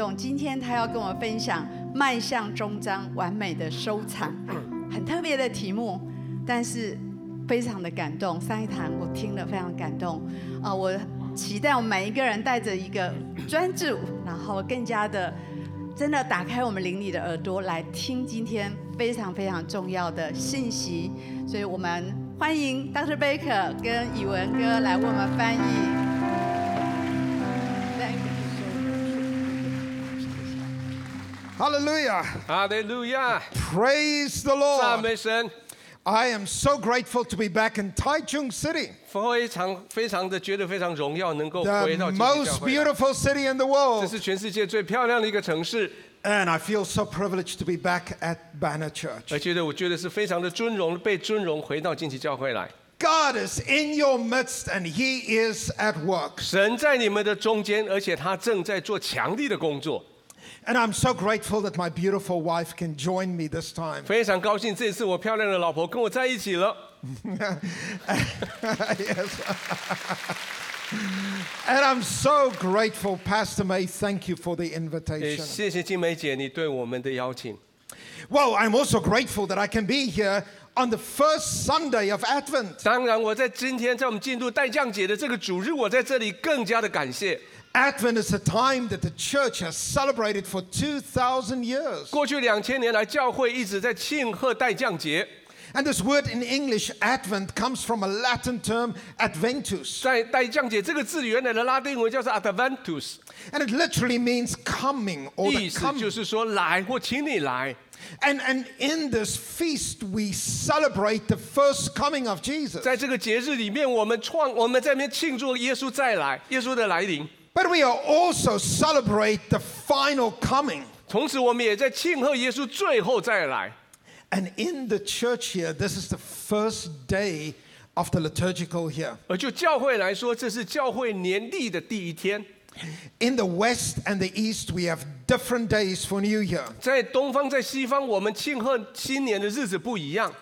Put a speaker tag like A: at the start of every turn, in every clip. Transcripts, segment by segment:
A: 董今天他要跟我分享迈向终章完美的收场，很特别的题目，但是非常的感动。上一堂我听了非常感动，呃，我期待我们每一个人带着一个专注，然后更加的真的打开我们邻里的耳朵来听今天非常非常重要的信息。所以我们欢迎 Dr. Baker 跟宇文哥来为我们翻译。
B: Hallelujah.
C: 哈利路亚，
B: Praise the
C: 赞
B: Lord.
C: 美神！
B: I am so grateful to be back in Taichung City,
C: 非常非常的觉得非常荣耀，能够回
B: the
C: 到基督教
B: most
C: 会来，
B: beautiful city in the
C: 这
B: world.
C: 是全世界最漂亮的一个城市，
B: And I feel so privileged to be back at Banner
C: 而
B: Church.
C: 且呢，我觉得是非常的尊荣，被尊荣回到晋级教会来。
B: God is in your midst and He is at work.
C: 神在你们的中间，而且他正在做强力的工作。
B: And I'm so grateful that my beautiful wife can join me this time.
C: 非常高兴，这次我漂亮的老婆跟我在一起了，
B: yes. and I'm so grateful, Pastor May. Thank you for the
C: 也
B: invitation.
C: 谢谢金梅姐你对我们的邀请。
B: Well, I'm also grateful that I can be here on the first Sunday of Advent
C: 当然，我在今天在我们进入代降节的这个主日，我在这里更加的感谢。
B: Advent is a time that the church has celebrated for 2,000 years.
C: 过去两千年来，教会一直在庆贺代降节。
B: And this word in English, Advent, comes from a Latin term, Adventus.
C: 在代降解这个字原来的拉丁文叫做 adventus，
B: And it literally means coming or the
C: 意思
B: coming.
C: 就是说来或请你来。
B: And, and in this feast, we celebrate the first coming of Jesus.
C: 在这个节日里面，我们创我们在那边庆祝耶稣再来，耶稣的来临。
B: But we are also celebrate the final coming.
C: 同时，我们也在庆贺耶稣最后再来。
B: And in the church here, this is the first day of the liturgical year.
C: 而就教会来说，这是教会年历的第一天。
B: In the West and the East, we have different days for New Year.
C: 在东方，在西方，我们庆贺新年的日子不一样。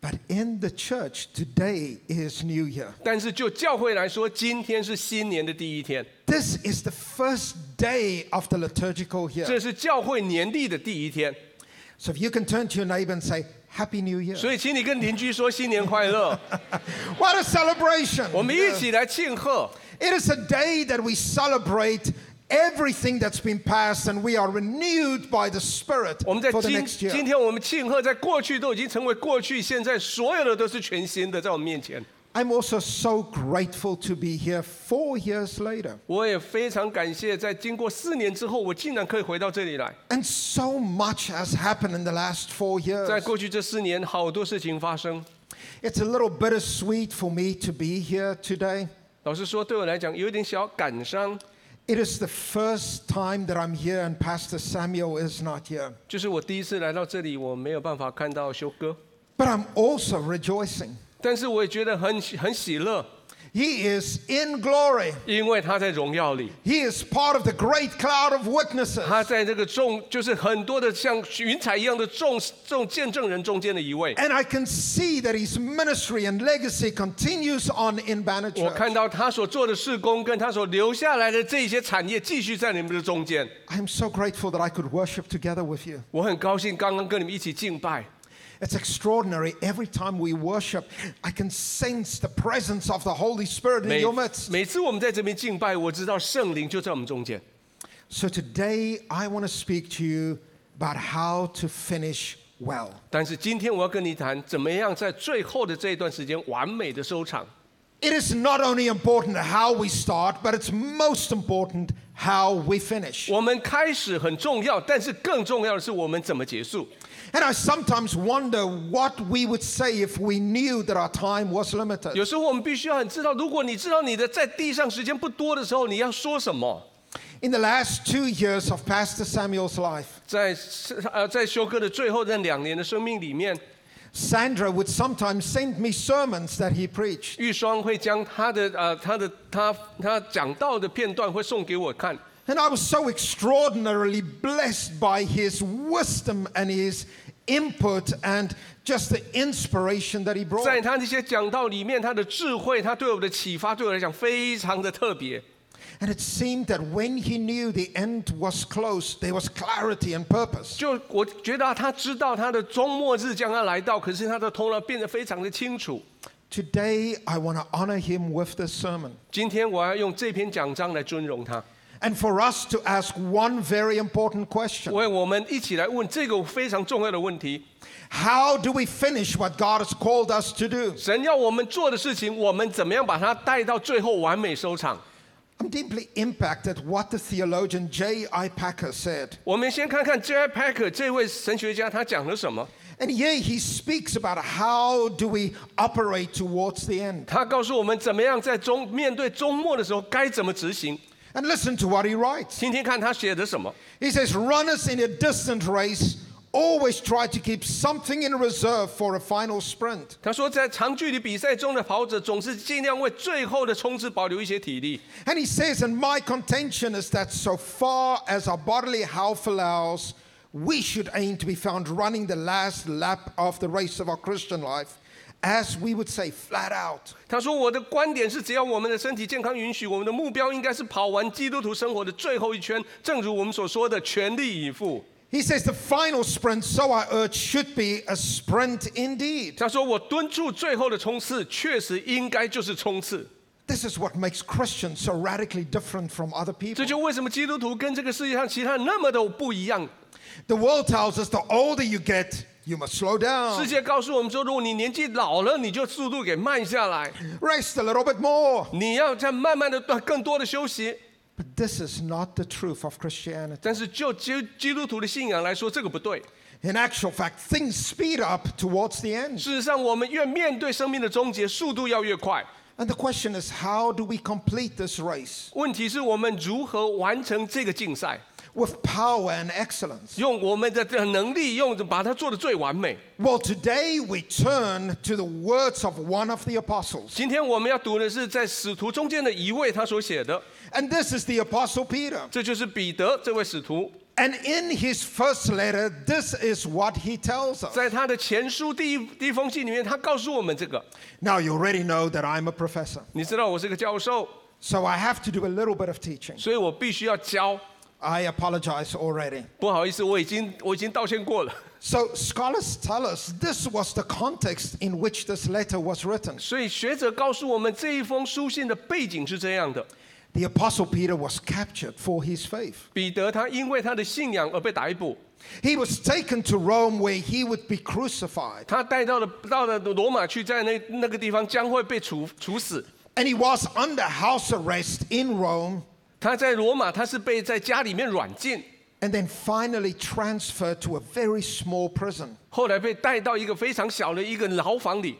B: But in the church, today is New Year.
C: 但是就教会来说，今天是新年的第一天，
B: This is the first day of the liturgical
C: 这
B: year.
C: 是教会年历的第一天。
B: So if you can turn to your neighbor and say, Happy New Year.
C: 所以，请你跟邻居说新年快乐。
B: What a celebration!
C: 我们一起来庆贺。
B: It is a day that we celebrate everything that's been passed and we are renewed by the Spirit
C: 我们在
B: for the
C: 今
B: next
C: 今
B: year.
C: 天我们庆贺，在过去都已经成为过去，现在所有的都是全新的，在我们面前。
B: I'm also so grateful to be here four years later.
C: 我也非常感谢，在经过四年之后，我竟然可以回到这里来。
B: And so much has happened in the last four years.
C: 在过去这四年，好多事情发生。
B: It's a little bittersweet for me to be here today.
C: 老实说，对我来讲有一点小感伤，
B: It is the first time that I'm here and Pastor Samuel is not here.
C: 就是我第一次来到这里，我没有办法看到修哥，
B: But I'm also rejoicing.
C: 但是我也觉得很喜很喜乐，
B: He is in glory.
C: 因为他在荣耀里，
B: He is part of the great cloud of witnesses.
C: 他在这个众就是很多的像云彩一样的众众见证人中间的一位。
B: And I can see that his ministry and legacy continues on in Banner
C: 我
B: Church.
C: 看到他所做的事工，跟他所留下来的这些产业，继续在你们的中间。
B: I'm so grateful that I could worship together with you.
C: 我很高兴刚刚跟你们一起敬拜，
B: It's extraordinary. Every time we worship, I can sense the presence of the Holy Spirit in
C: 每
B: your midst.
C: 每次我们在这边敬拜，我知道圣灵就在我们中间。
B: So today, I want to speak to you about how to finish well.
C: 但是今天我要跟你谈，怎么样在最后的这一段时间完美的收场。
B: It is not only important how we start, but it's most important how we finish.
C: 我们开始很重要，但是更重要的是我们怎么结束。
B: And I sometimes wonder what we would say if we knew that our time was limited.
C: 有时候我们必须要很知道，如果你知道你的在地上时间不多的时候，你要说什么。
B: In the last two years of Pastor Samuel's life,
C: 在呃，在修哥的最后那两年的生命里面，
B: Sandra would sometimes send me sermons that he preached.
C: 玉双会将他的呃他的他他讲到的片段会送给我看，
B: And I was so extraordinarily blessed by his wisdom and his input and just the inspiration that he
C: 在
B: brought.
C: 他那些讲道里面，他的智慧，他对我的启发，对我来讲非常的特别。
B: And it seemed that when he knew the end was close, there was clarity and purpose.
C: 就我觉得他知道他的终末日将要来到，可是他的头脑变得非常的清楚。
B: Today, I want to honor him with this sermon.
C: 今天我要用这篇讲章来尊荣他，
B: And for us to ask one very important question
C: 为我们一起来问这个非常重要的问题：
B: How do we finish what God has called us to do?
C: 神要我们做的事情，我们怎么样把它带到最后完美收场？
B: I'm deeply impacted what the theologian J.I. Packer said.
C: 我们先看看 J. Packer 这位神学家他讲了什么。
B: And here he speaks about how do we operate towards the end.
C: 他告诉我们怎么样在终面对终末的时候该怎么执行。
B: And listen to what he writes.
C: 听听看他写的什么。
B: He says, Runners in a distant race always try to keep something in reserve for a final sprint.
C: 他说，在长距离比赛中的跑者总是尽量为最后的冲刺保留一些体力。
B: And he says, And my contention is that so far as our bodily health allows, we should aim to be found running the last lap of the race of our Christian life, as we would say, flat out.
C: 他说，我的观点是，只要我们的身体健康允许，我们的目标应该是跑完基督徒生活的最后一圈。正如我们所说的，全力以赴。
B: He says, The final sprint, so I urge, should be a sprint indeed.
C: 他说，我敦促最后的冲刺，确实应该就是冲刺。
B: This is what makes Christians so radically different from other
C: 这
B: people.
C: 就为什么基督徒跟这个世界上其他人那么的不一样。
B: The world tells us the older you get, you must slow
C: 世
B: down,
C: 界告诉我们说，如果你年纪老了，你就速度给慢下来，
B: rest a little bit more.
C: 你要再慢慢的更多的休息。
B: But this is not the truth of Christianity.
C: 但是就基基督徒的信仰来说，这个不对。
B: In actual fact, things speed up towards the end.
C: 事实上，我们越面对生命的终结，速度要越快。
B: And the question is, how do we complete this race
C: 问题是我们如何完成这个竞赛，
B: with power and excellence?
C: 用我们的这个能力，用把它做的最完美。
B: Well, today we turn to the words of one of the apostles.
C: 今天我们要读的是在使徒中间的一位他所写的，
B: And this is the apostle Peter.
C: 这就是彼得这位使徒，
B: And in his first letter, this is what he tells us.
C: 在他的前书第一第一封信里面，他告诉我们这个。
B: Now, you already know that I'm a professor,
C: 你知道我是个教授，
B: so I have to do a little bit of teaching.
C: 所以我必须要教。
B: I apologize already.
C: 不好意思，我已经我已经道歉过了。
B: So, scholars tell us this was the context in which this letter was written.
C: 所以学者告诉我们，这一封书信的背景是这样的：
B: The Apostle Peter was captured for his faith.
C: 彼得他因为他的信仰而被逮捕，
B: He was taken to Rome where he would be crucified.
C: 他带到了到了罗马去，在那那个地方将会被处处死。
B: And he was under house arrest in Rome
C: 他在罗马，他是被在家里面软禁，
B: and then finally transferred to a very small prison.
C: 后来被带到一个非常小的一个牢房里。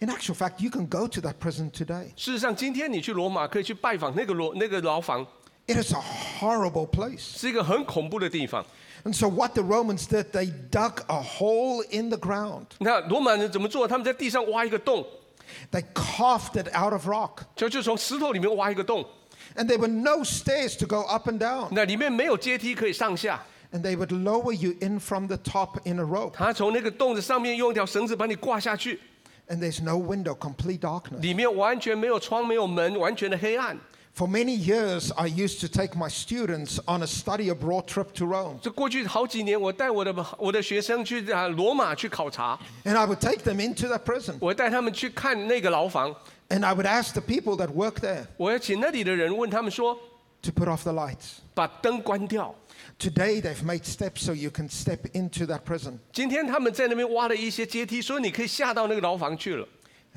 B: In actual fact, you can go to that prison today.
C: 事实上，今天你去罗马可以去拜访那个罗那个牢房，
B: It is a horrible place.
C: 是一个很恐怖的地方。
B: And so, what the Romans did, they dug a hole in the ground,
C: 那罗马人怎么做？他们在地上挖一个洞，
B: they carved it out of rock.
C: 就就从石头里面挖一个洞，
B: And there were no stairs to go up and down.
C: 那里面没有阶梯可以上下，
B: And they would lower you in from the top in a rope.
C: 他从那个洞的上面用一条绳子把你挂下去，
B: And there's no window, complete darkness.
C: 里面完全没有窗，没有门，完全的黑暗。
B: For many years, I used to take my students on a study abroad trip to Rome.
C: 这过去好几年，我带我的我的学生去啊罗马去考察，
B: And I would take them into that prison.
C: 我带他们去看那个牢房，
B: And I would ask the people that work there
C: 我要请那里的人问他们说，
B: to put off the lights.
C: 把灯关掉。
B: Today, they've made steps so you can step into that prison.
C: 今天他们在那边挖了一些阶梯，所以你可以下到那个牢房去了。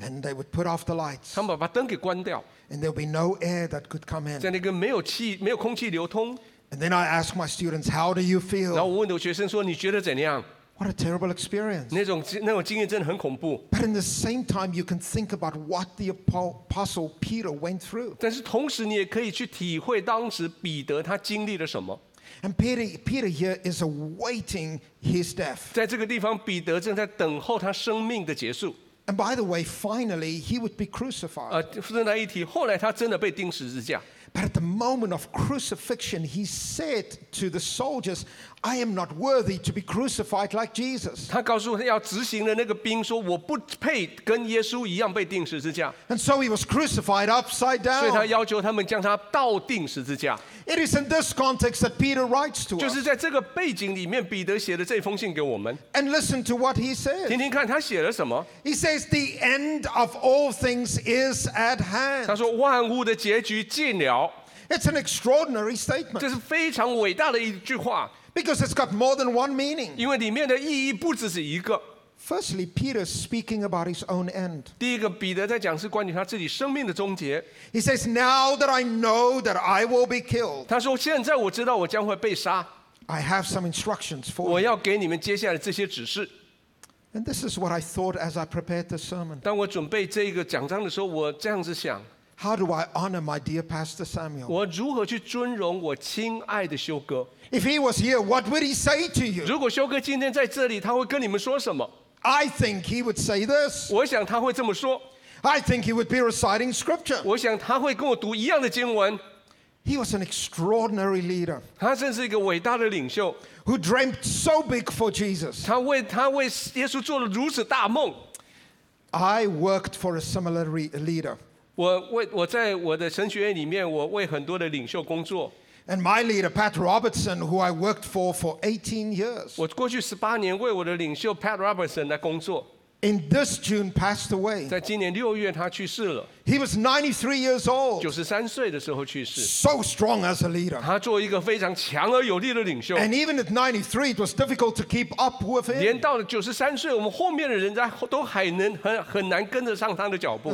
B: And they would put off the lights.
C: 他们把把灯给关掉，
B: And there would be no air that could come in.
C: 在那个没有气、没有空气流通。
B: And then I asked my students, How do you
C: 然后
B: feel?
C: 我问我学生说：“你觉得怎样？”
B: What a terrible experience.
C: 那种经那种经验真的很恐怖。
B: But in the same time, you can think about what the apo- Apostle Peter went through.
C: 但是同时，你也可以去体会当时彼得他经历了什么。
B: And Peter, Peter here is awaiting his death.
C: 在这个地方，彼得正在等候他生命的结束。呃
B: And
C: Uh,
B: by the way, finally, he would be crucified.
C: 呃，顺带一提，后来他真的被钉十字架。
B: But at the moment of crucifixion, he said to the soldiers, I am not worthy to be crucified like Jesus.
C: 他告诉他要执行的那个兵说：“我不配跟耶稣一样被钉十字架。
B: And so he was crucified upside ”
C: 所以他
B: down.
C: 要求他们将他倒钉十字架。
B: It is in this context that Peter writes to
C: 就是
B: us.
C: 在这个背景里面，彼得写的这封信给我们，
B: And listen to what he says.
C: 听听看他写了什么。
B: He says, The end of all things is at
C: 他
B: hand.
C: 说：“万物的结局尽了。
B: It's an extraordinary ” statement
C: 这是非常伟大的一句话，
B: because it's got more than one meaning.
C: 因为里面的意义不只是一个。
B: Firstly, Peter's speaking about his own end.
C: 第一个，彼得在讲是关于他自己生命的终结。
B: He says, Now that I know that I will be killed,
C: 他说：“现在我知道我将会被杀，
B: I have some instructions for
C: 我
B: you.
C: 要给你们接下来这些指示。
B: And this is what I thought as I prepared this sermon.
C: 当我准备这个奖章的时候，我这样子想：
B: How do I honor my dear Pastor Samuel?
C: 我如何去尊荣我亲爱的修哥？
B: If he was here, what would he say to you?
C: 如果修哥今天在这里，他会跟你们说什么？
B: I think he would say this.
C: 我想他会这么说。
B: I think he would be reciting scripture.
C: 我想他会跟我读一样的经文。
B: He was an extraordinary leader
C: 他真是一个伟大的领袖，
B: who dreamt so big for Jesus.
C: 他为他为耶稣做了如此大梦。
B: I worked for a similar re- leader,
C: 我为我在我的神学院里面，我为很多的领袖工作。
B: and my leader, Pat Robertson, who I worked for for 18 years,
C: 我过去十八年为我的领袖 Pat Robertson 来工作，
B: in this June passed away.
C: 在今年六月他去世了，
B: He was 93 years old,
C: 九十三岁的时候去世。
B: so strong as a leader.
C: 他作为一个非常强而有力的领袖，
B: And even at 93, it was difficult to keep up with
C: 连
B: him.
C: 到了九十三岁，我们后面的人在都还能很很难跟得上他的脚步。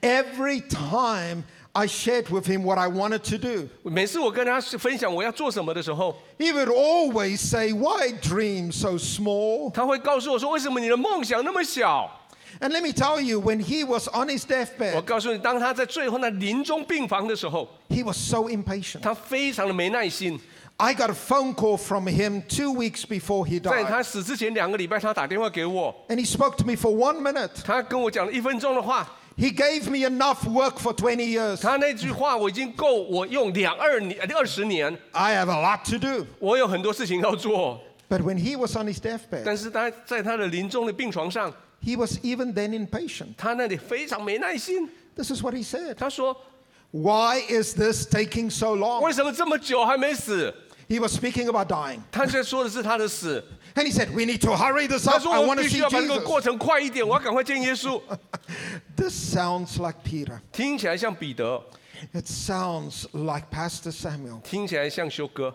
B: Every time I shared with him what I wanted to do,
C: 每次我跟他分享我要做什么的时候，
B: he would always say, Why dream so small?
C: 他会告诉我说：“为什么你的梦想那么小？”
B: And let me tell you, when he was on his
C: 我
B: deathbed,
C: 告诉你，当他在最后那临终病房的时候，
B: he was so impatient.
C: 他非常的没耐心。
B: I got a phone call from him two weeks before he
C: 在
B: died.
C: 他死之前两个礼拜，他打电话给我，
B: And he spoke to me for one minute.
C: 他跟我讲了一分钟的话。
B: He gave me enough work for 20 years.
C: 他那句话我已经够我用两二年二十年，
B: I have a lot to do.
C: 我有很多事情要做。
B: But when he was on his deathbed,
C: 但是他在他的临终的病床上，
B: he was even then impatient.
C: 他那里非常没耐心。
B: This is what he said
C: 他说
B: Why is this taking so：“ long?
C: 为什么这么久还没死
B: He was speaking about dying.？”
C: 他在说的是他的死。
B: And he said, We need to hurry this
C: 他
B: up.
C: 说：“
B: I
C: 我
B: want
C: 必
B: to
C: 须
B: see
C: 要把这个
B: Jesus.
C: 过程快一点，我要赶快见耶稣。
B: This sounds like Peter. ”
C: 听起来像彼得，
B: It sounds like Pastor Samuel.
C: 听起来像修哥。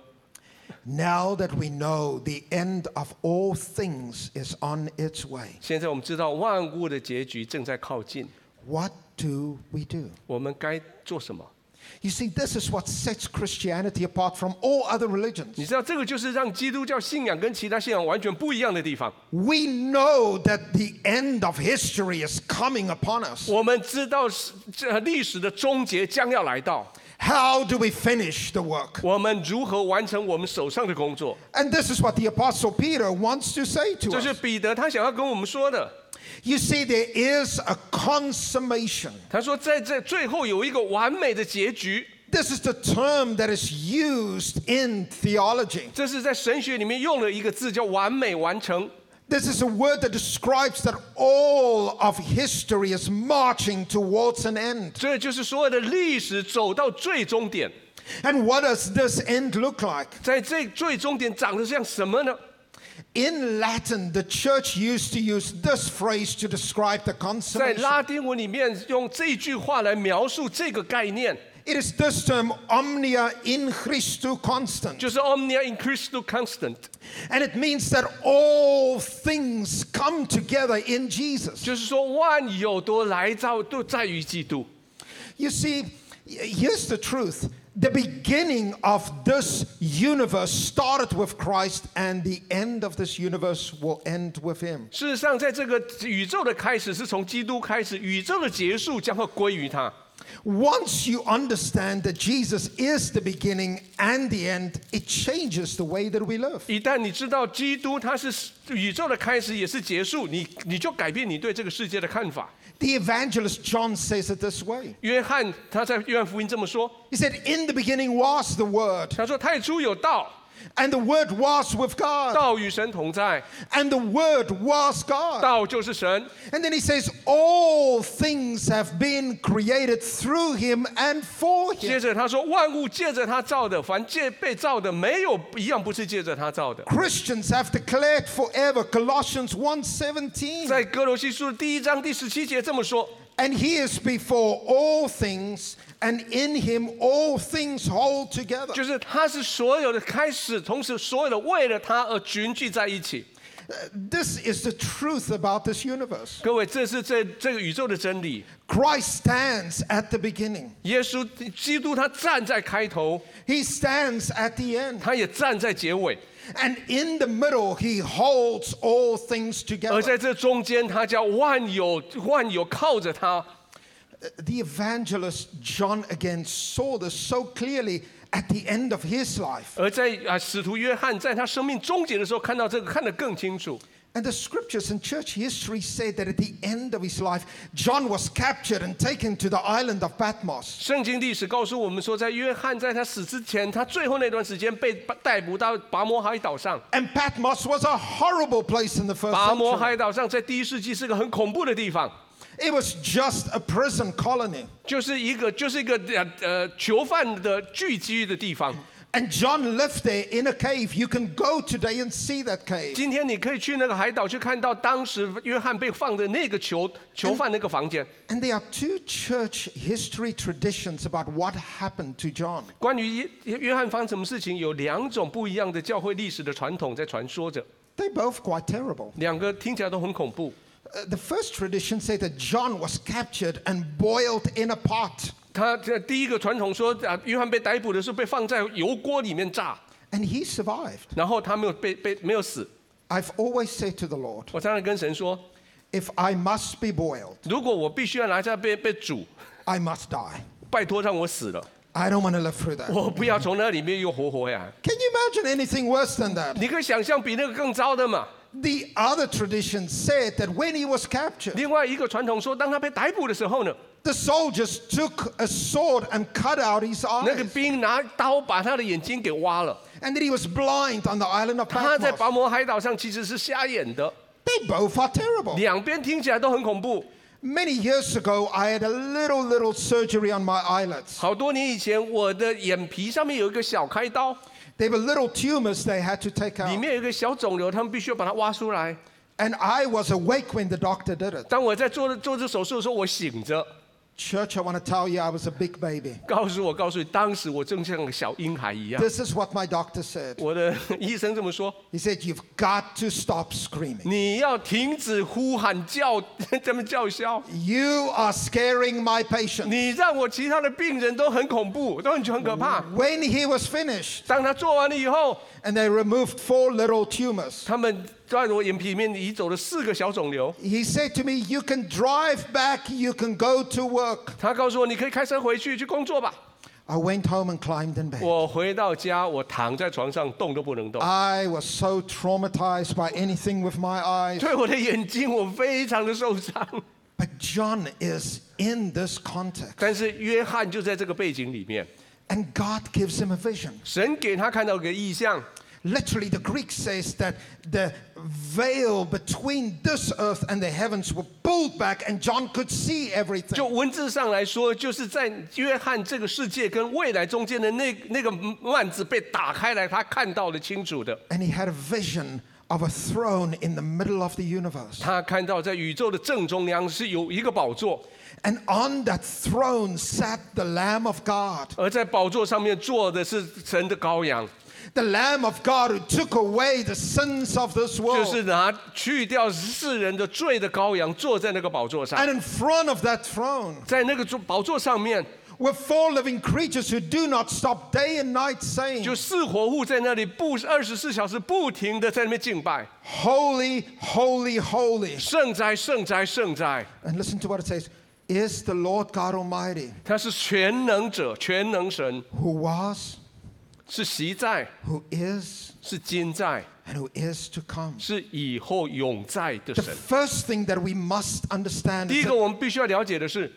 B: Now that we know the end of all things is on its way,
C: 现在我们知道万物的结局正在靠近，
B: what do we do?
C: 我们该做什么？
B: You see, this is what sets Christianity apart from all other
C: 你
B: religions.
C: 知道这个就是让基督教信仰跟其他信仰完全不一样的地方。
B: We know that the end of history is coming upon us.
C: 我们知道是这历史的终结将要来到，
B: How do we finish the work?
C: 我们如何完成我们手上的工作？
B: And this is what the Apostle Peter wants to say to
C: 这是
B: us.
C: 彼得他想要跟我们说的。
B: You see, there is a consummation.
C: 他说，在这最后有一个完美的结局，
B: This is the term that is used in theology.
C: 这是在神学里面用了一个字叫“完美完成
B: This is a word that describes that all of history is marching towards an ”，end.
C: 这就是所有的历史走到最终点。
B: And what does this end look like?
C: 在这最终点长得像什么呢？
B: In Latin, the church used to use this phrase to describe the
C: 在
B: consummation.
C: 拉丁文里面用这句话来描述这个概念，
B: It is this term, omnia in Christu constant.
C: 就是 omnia in Christo constant，
B: And it means that all things come together in Jesus.
C: 就是说万有都来到都在于基督。
B: You see, y- here's the truth. The beginning of this universe started with Christ, and the end of this universe will end with him.
C: 事实上，在这个宇宙的开始是从基督开始，宇宙的结束将会归于他。
B: Once you understand that Jesus is the beginning and the end, it changes the way that we live.
C: 一旦你知道基督他是宇宙的开始，也是结束，你你就改变你对这个世界的看法。
B: The evangelist John says it this way
C: 约翰他在约翰福音这么说，
B: He said, In the beginning was the Word,
C: 他说：“太初有道，
B: and the Word was with God,
C: 道与神同在，
B: and the Word was God.
C: 道就是神。
B: And then he says, All things have been created through Him and for ”
C: 接
B: Him.
C: 着他说：“万物借着他造的，凡借被造的，没有一样不是借着他造的。
B: Christians have declared forever Colossians 1:17. ”
C: 在哥罗西书第一章第十七节这么说。
B: And he is before all things, and in him all things hold together.
C: 就是他是所有的开始，同时所有的为了他而群聚在一起。
B: This is the truth about this universe.
C: 各位，这是这这个宇宙的真理。
B: Christ stands at the beginning,
C: 耶稣基督他站在开头，
B: he stands at the end,
C: 他也站在结尾，
B: and in the middle, he holds all things
C: 而在
B: together.
C: 这中间，他叫万有万有靠着他。
B: The evangelist John again saw this so clearly at the end of his life.
C: 而在啊，使徒约翰在他生命终结的时候，看到这个看得更清楚。
B: And the scriptures and church history say that at the end of his life, John was captured and taken to the island of Patmos.
C: 圣经历史告诉我们说，在约翰在他死之前，他最后那段时间被逮捕到拔摩海岛上。
B: And Patmos was a horrible place in the first
C: 拔摩
B: century.
C: 海岛上在第一世纪是个很恐怖的地方。
B: It was just a prison colony.
C: 就是一个就是一个呃呃囚犯的聚居的地方。
B: And John lived there in a cave. You can go today and see that cave.
C: 今天你可以去那个海岛去看到当时约翰被放的那个囚囚犯那个房间。
B: And there are two church history traditions about what happened to John.
C: 关于约约约翰发生什么事情，有两种不一样的教会历史的传统在传说着，
B: They're both quite terrible.
C: 两个听起来都很恐怖。
B: Uh, the first tradition said that John was captured and boiled in a pot.
C: 他这第一个传统说啊，约翰被逮捕的时候被放在油锅里面炸，
B: And he survived.
C: 然后他没有被被没有死。
B: I've always said to the Lord,
C: 我常常跟神说，
B: if I must be boiled,
C: 如果我必须要拿下被被煮，
B: I must die.
C: 拜托让我死了，
B: I don't want to live through that.
C: 我不要从那里面又活活呀。
B: Can you imagine anything worse than that?
C: 你可以想象比那个更糟的嘛。
B: The other tradition said that when he was captured,
C: 另外一个传统说，当他被逮捕的时候呢，
B: the soldiers took a sword and cut out his
C: 那个
B: eyes,
C: 兵拿刀把他的眼睛给挖了。
B: and that he was blind on the island of
C: 他在
B: Patmos.
C: 拔摩海岛上其实是瞎眼的，
B: They both are terrible.
C: 两边听起来都很恐怖。
B: Many years ago, I had a little, little surgery on my eyelids.
C: 好多年以前，我的眼皮上面有一个小开刀，
B: They were little tumors they had to take
C: 里
B: out.
C: 面有一个小肿瘤，他们必须要把它挖出来。
B: And I was awake when the doctor did it.
C: 当我在做做这手术的时候，我醒着，
B: Church, I want to tell you, I was a big baby.
C: 告诉我，告诉你，当时我正像个小婴孩一样。
B: This is what my doctor said.
C: 我的医生这么说：，
B: He said, You've got to stop screaming.
C: 你要停止呼喊叫， 他们叫嚣。
B: You are scaring my patient.
C: 你让我其他的病人都很恐怖，都很很可怕。
B: When he was finished,
C: 当他做完了以后，
B: and they removed four little tumors,
C: 他们在我眼皮里面移走了四个小肿瘤。
B: he said to me, You can drive back, you can go to work.
C: 他告诉我，你可以开车回去去工作吧。
B: I went home and climbed in bed.
C: 我回到家，我躺在床上动都不能动。
B: I was so traumatized by anything with my eyes.
C: 对我的眼睛，我非常的受伤。
B: But John is in this context,
C: 但是约翰就在这个背景里面，
B: and God gives him a vision.
C: 神给他看到个意象，
B: Literally, the Greek says that the veil between this earth and the heavens were pulled back, and John could see
C: 就
B: everything.
C: 文字上来说，就是在约翰这个世界跟未来中间的那那个幔子被打开来，他看到了清楚的。
B: And he had a vision of a throne in the middle of the universe.
C: 他看到在宇宙的正中央是有一个宝座，
B: And on that throne sat the Lamb of God,
C: 而在宝座上面坐的是神的羔羊，
B: the Lamb of God who took away the sins of this
C: 就
B: world.
C: 是拿去掉世人的罪的羔羊，坐在那个宝座上
B: And，in front of that throne
C: 在那个座宝座上面，
B: were four living creatures who do not stop day and night saying,
C: 就四活物在那里不二十四小时不停的在那边敬拜，
B: Holy, holy, holy.
C: 圣哉，圣哉，圣哉。
B: And listen to what it says is the Lord God Almighty,
C: 他是全能者、全能神，
B: who was,
C: 是习在、
B: who is,
C: 是今在、
B: and who is to come.
C: 是以后永在的
B: The
C: 神。
B: first thing that we must understand
C: 第一
B: is
C: 个
B: that,
C: 我们必须要了解的是，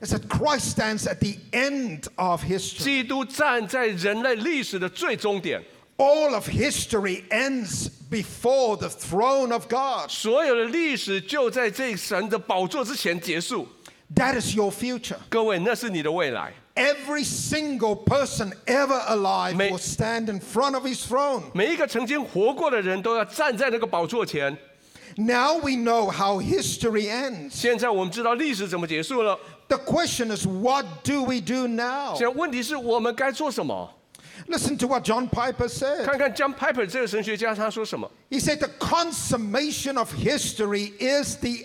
B: is that Christ stands at the end of history.
C: 基督站在人类历史的最终点，
B: All of history ends before the throne of God.
C: 所有的历史就在这神的宝座之前结束。
B: That is your future.
C: 各位，那是你的未来。
B: Every single person ever alive
C: May-
B: will stand in front of his throne.
C: 每一个曾经活过的人都要站在那个宝座前。
B: Now we know how history ends.
C: 现在我们知道历史怎么结束了，
B: The question is, what do we do now?
C: 现在问题是我们该做什么？
B: Listen to what John Piper said.
C: 看看 John Piper 这个神学家他说什么？
B: He said, The consummation of history is the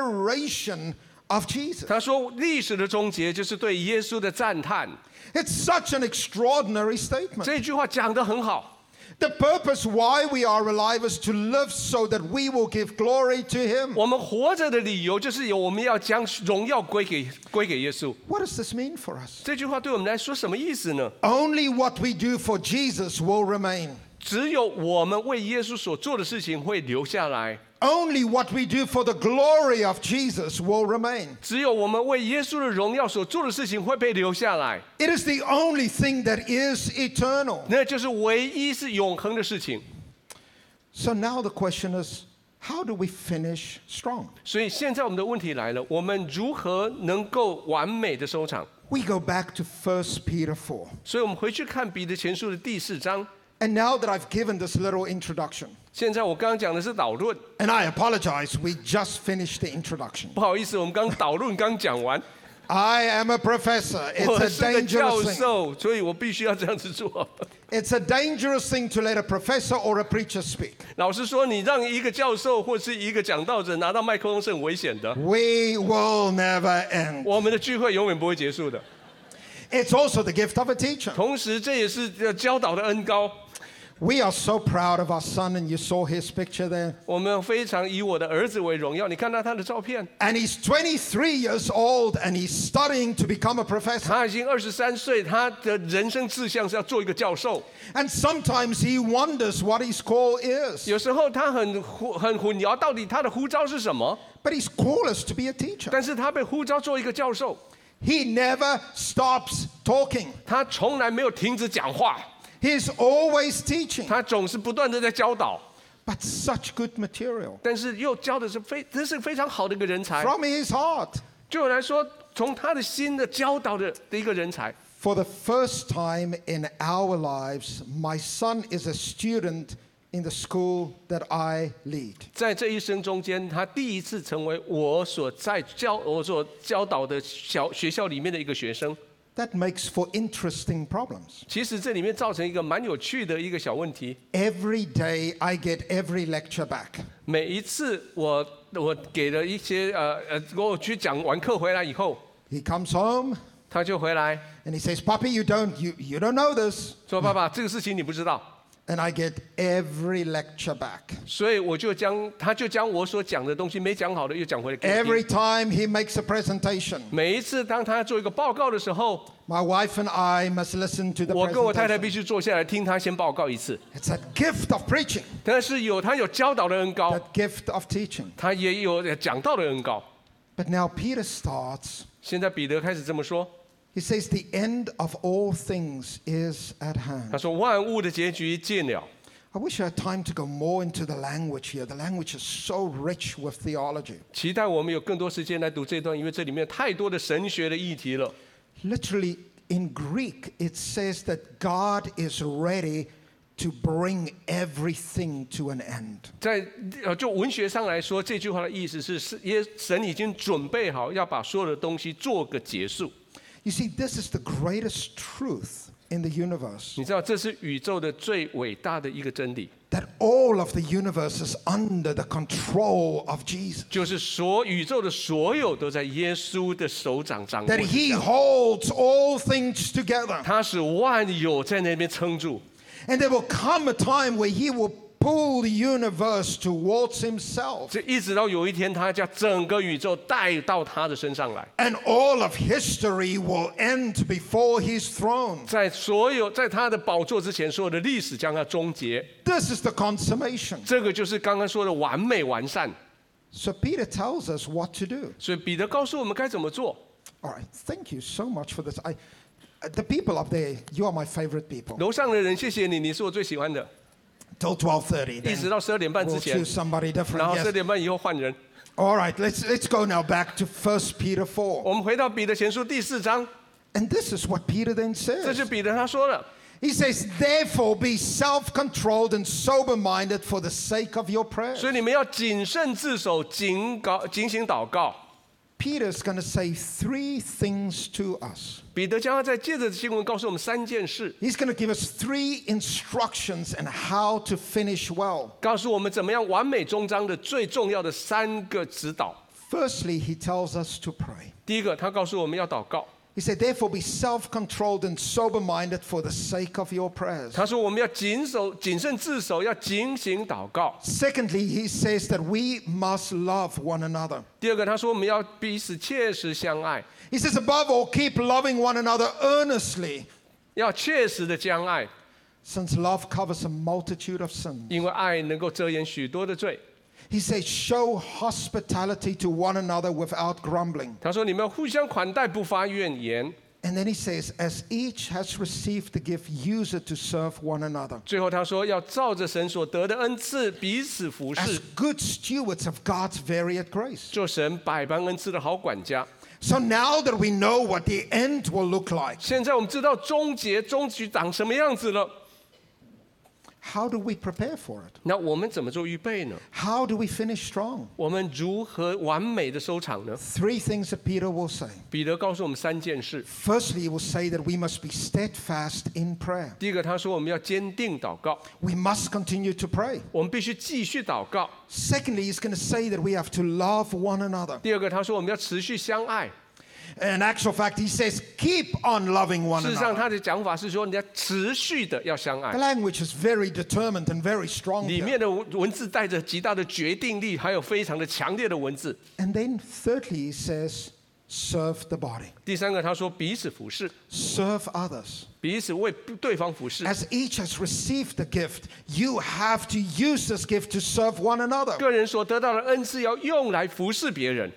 B: admiration of Jesus.
C: 他说，历史的终结就是对耶稣的赞叹。
B: It's such an extraordinary statement.
C: 这句话讲得很好。
B: The purpose why we are alive is to live so that we will give glory to Him.
C: 我们活着的理由就是有我们要将荣耀归给归给耶稣。
B: What does this mean for us?
C: 这句话对我们来说什么意思呢？
B: Only what we do for Jesus will remain.
C: 只有我们为耶稣所做的事情会留下来，
B: Only what we do for the glory of Jesus will remain.
C: 只有我们为耶稣的荣耀所做的事情会被留下来，
B: It is the only thing that is eternal.
C: 那就是唯一是永恒的事情。
B: So now the question is how do we finish strong?
C: 所以现在我们的问题来了，我们如何能够完美的收场？
B: We go back to 1 Peter 4.
C: 所以我们回去看彼得前书的第四章。
B: And now that I've given this little introduction,
C: 现在我刚刚讲的是导论，
B: and I apologize, we just finished the introduction.
C: 不好意思，我们刚导论刚讲完，
B: I am a professor.
C: 我
B: It's
C: 是
B: a
C: 个教
B: dangerous thing.
C: 授，所以我必须要这样子做。
B: It's a dangerous thing to let a professor or a preacher speak.
C: 老实说，你让一个教授或是一个讲道者拿到麦克风是很危险的。
B: We will never end.
C: 我们的聚会永远不会结束的。
B: It's also the gift of a teacher.
C: 同时，这也是呃教导的恩高。
B: We are so proud of our son, and you saw his picture there.
C: 我们非常以我的儿子为荣耀。你看到他的照片，
B: And he's 23 years old, and he's studying to become a professor.
C: 他已经二十三岁，他的人生志向是要做一个教授。
B: And sometimes he wonders what his call is.
C: 有时候他很混很混淆，到底他的呼召是什么？
B: But his call is to be a teacher.
C: 但是他被呼召做一个教授，
B: He never stops talking,
C: 他从来没有停止讲话，
B: he's always teaching.
C: 他总是不断的在教导，
B: But such good material
C: 但是又教的是非，这是非常好的一个人才。
B: from his heart.
C: 对我来说，从他的心的教导的的一个人才。
B: For the first time in our lives, my son is a student in the school that I lead.
C: 在这一生中间，他第一次成为我所在教我所教导的小学校里面的一个学生。
B: That makes for interesting problems.
C: 其实这里面造成一个蛮有趣的一个小问题。
B: Every day I get every lecture back.
C: 每一次我我给了一些呃呃，我去讲完课回来以后，
B: He comes home
C: 他就回来
B: and he says, Papi, you don't, you, you don't know this.
C: 说：“爸爸，这个事情你不知道。
B: And I get every lecture back. ”
C: 所以我就将他就将我所讲的东西没讲好的又讲回来给我听
B: Every time he makes a presentation,
C: 每一次当他做一个报告的时候，
B: my wife and I must listen to the
C: 我跟我太太
B: presentation.
C: 必须坐下来听他先报告一次。
B: It's that gift of preaching,
C: 但是有他有教导的恩高，
B: that gift of teaching.
C: 他也有讲道的恩高。
B: But now Peter starts
C: 现在彼得开始这么说，
B: He says, The end of all things is at
C: 他
B: hand.
C: 说：“万物的结局近了。
B: I wish I had time to go more into the language here. The language is so rich with theology.
C: 期待我们有更多时间来读这段，因为这里面太多的神学的议题了。
B: Literally, in Greek, it says that God is ready to bring everything to an end.
C: 在呃，就文学上来说，这句话的意思是，是耶神已经准备好要把所有的东西做个结束。
B: You see, this is the greatest truth in the universe
C: 你知道，这是宇宙的最伟大的一个真理，
B: that all of the universe is under the control of Jesus,
C: 就是所宇宙的所有都在耶稣的手掌掌握
B: that
C: 之
B: He
C: 下，
B: holds all things together.
C: 他使万有在那边撑住。
B: And there will come a time where he will pull the universe towards himself
C: 这一直到有一天，他将整个宇宙带到他的身上来，
B: and all of history will end before his throne
C: 在所有在他的宝座之前，所有的历史将要终结。
B: this is the consummation
C: 这个就是刚刚说的完美完善。
B: so peter tells us what to do
C: 所以彼得告诉我们该怎么做。
B: all right thank you so much for this i the people up there you are my favorite people
C: 楼上的人，谢谢你，你是我最喜欢的。
B: till 12.30
C: 一直
B: then
C: 到十二点半之
B: we'll
C: 前
B: choose，somebody
C: 然
B: different
C: 后十二
B: yes.
C: 点半以后换人。
B: all right let's let's go now back to 1 peter 4
C: 我们回到彼得前书第四章，
B: and this is what peter then
C: 这
B: says
C: 是彼得他说了。
B: He says, therefore, be self controlled and sober minded for the sake of your prayers.
C: 所以你们要谨慎自守，警告、警醒祷告。
B: Peter's going to say three things to us.
C: 彼得将要在借着经文告诉我们三件事，
B: He's going to give us three instructions and how to finish well.
C: 告诉我们怎么样完美终章的最重要的三个指导。
B: Firstly, he tells us to pray.
C: 第一个，他告诉我们要祷告。
B: He said, therefore, be self controlled and sober minded for the sake of your prayers.
C: 他说我们要谨守、谨慎自守，要警醒祷告。
B: Secondly, he says that we must love one another.
C: 第二个，他说我们要彼此切实相爱，
B: He says, above all, keep loving one another earnestly,
C: 要切实的相爱，
B: since love covers a multitude of sins.
C: 因为爱能够遮掩许多的罪。
B: He says, show hospitality to one another without grumbling.
C: 他说你们要互相款待，不发怨言。
B: And then he says, as each has received the gift, use it to serve one another.
C: 最后他说要照着神所得的恩赐彼此服
B: As
C: 侍，
B: good stewards of God's varied grace.
C: 做神百般恩赐的好管家。
B: So now that we know what the end will look like,
C: 现在我们知道终结终局长什么样子了，
B: how do we prepare for it?
C: 那我们怎么做预备呢？
B: How do we finish strong?
C: 我们如何完美的收场呢？
B: Three things that Peter will say.
C: 彼得告诉我们三件事。
B: Firstly, he will say that we must be steadfast in prayer.
C: 第一个，他说我们要坚定祷告，
B: We must continue to pray.
C: 我们必须继续祷告。
B: Secondly, he's going to say that we have to love one another.
C: 第二个，他说我们要持续相爱。
B: In actual fact, he says, keep on loving one
C: 事实上，
B: another.
C: 他的讲法是说，你要持续的要相
B: The
C: 爱。
B: language is very determined and very strong.
C: 里
B: here.
C: 面的文文字带着极大的决定力，还有非常的强烈的文字。
B: And then, thirdly, he says, serve the body,
C: 第三个，他说彼此服侍，
B: serve others.
C: 彼此为对方服侍。
B: As each has received the gift, you have to use this gift to serve one another.
C: 个人所得到的恩赐要用来服侍别人。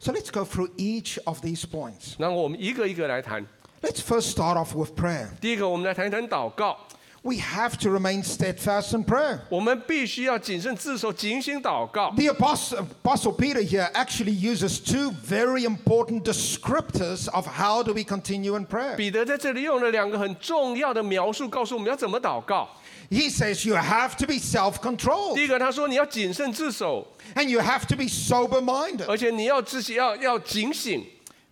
B: So let's go through each of these points.
C: 那我们一个一个来谈。
B: Let's first start off with prayer.
C: 第一个，我们来谈一谈祷告。
B: We have to remain steadfast in prayer.
C: 我们必须要谨慎自守，警醒祷告。
B: The apostle, apostle Peter here actually uses two very important descriptors of how do we continue in prayer.
C: 彼得在这里用了两个很重要的描述，告诉我们要怎么祷告。
B: He says you have to be self
C: 第
B: controlled
C: 一个，他说你要谨慎自守，
B: and you have to be sober minded.
C: 而且你要自己要要警醒。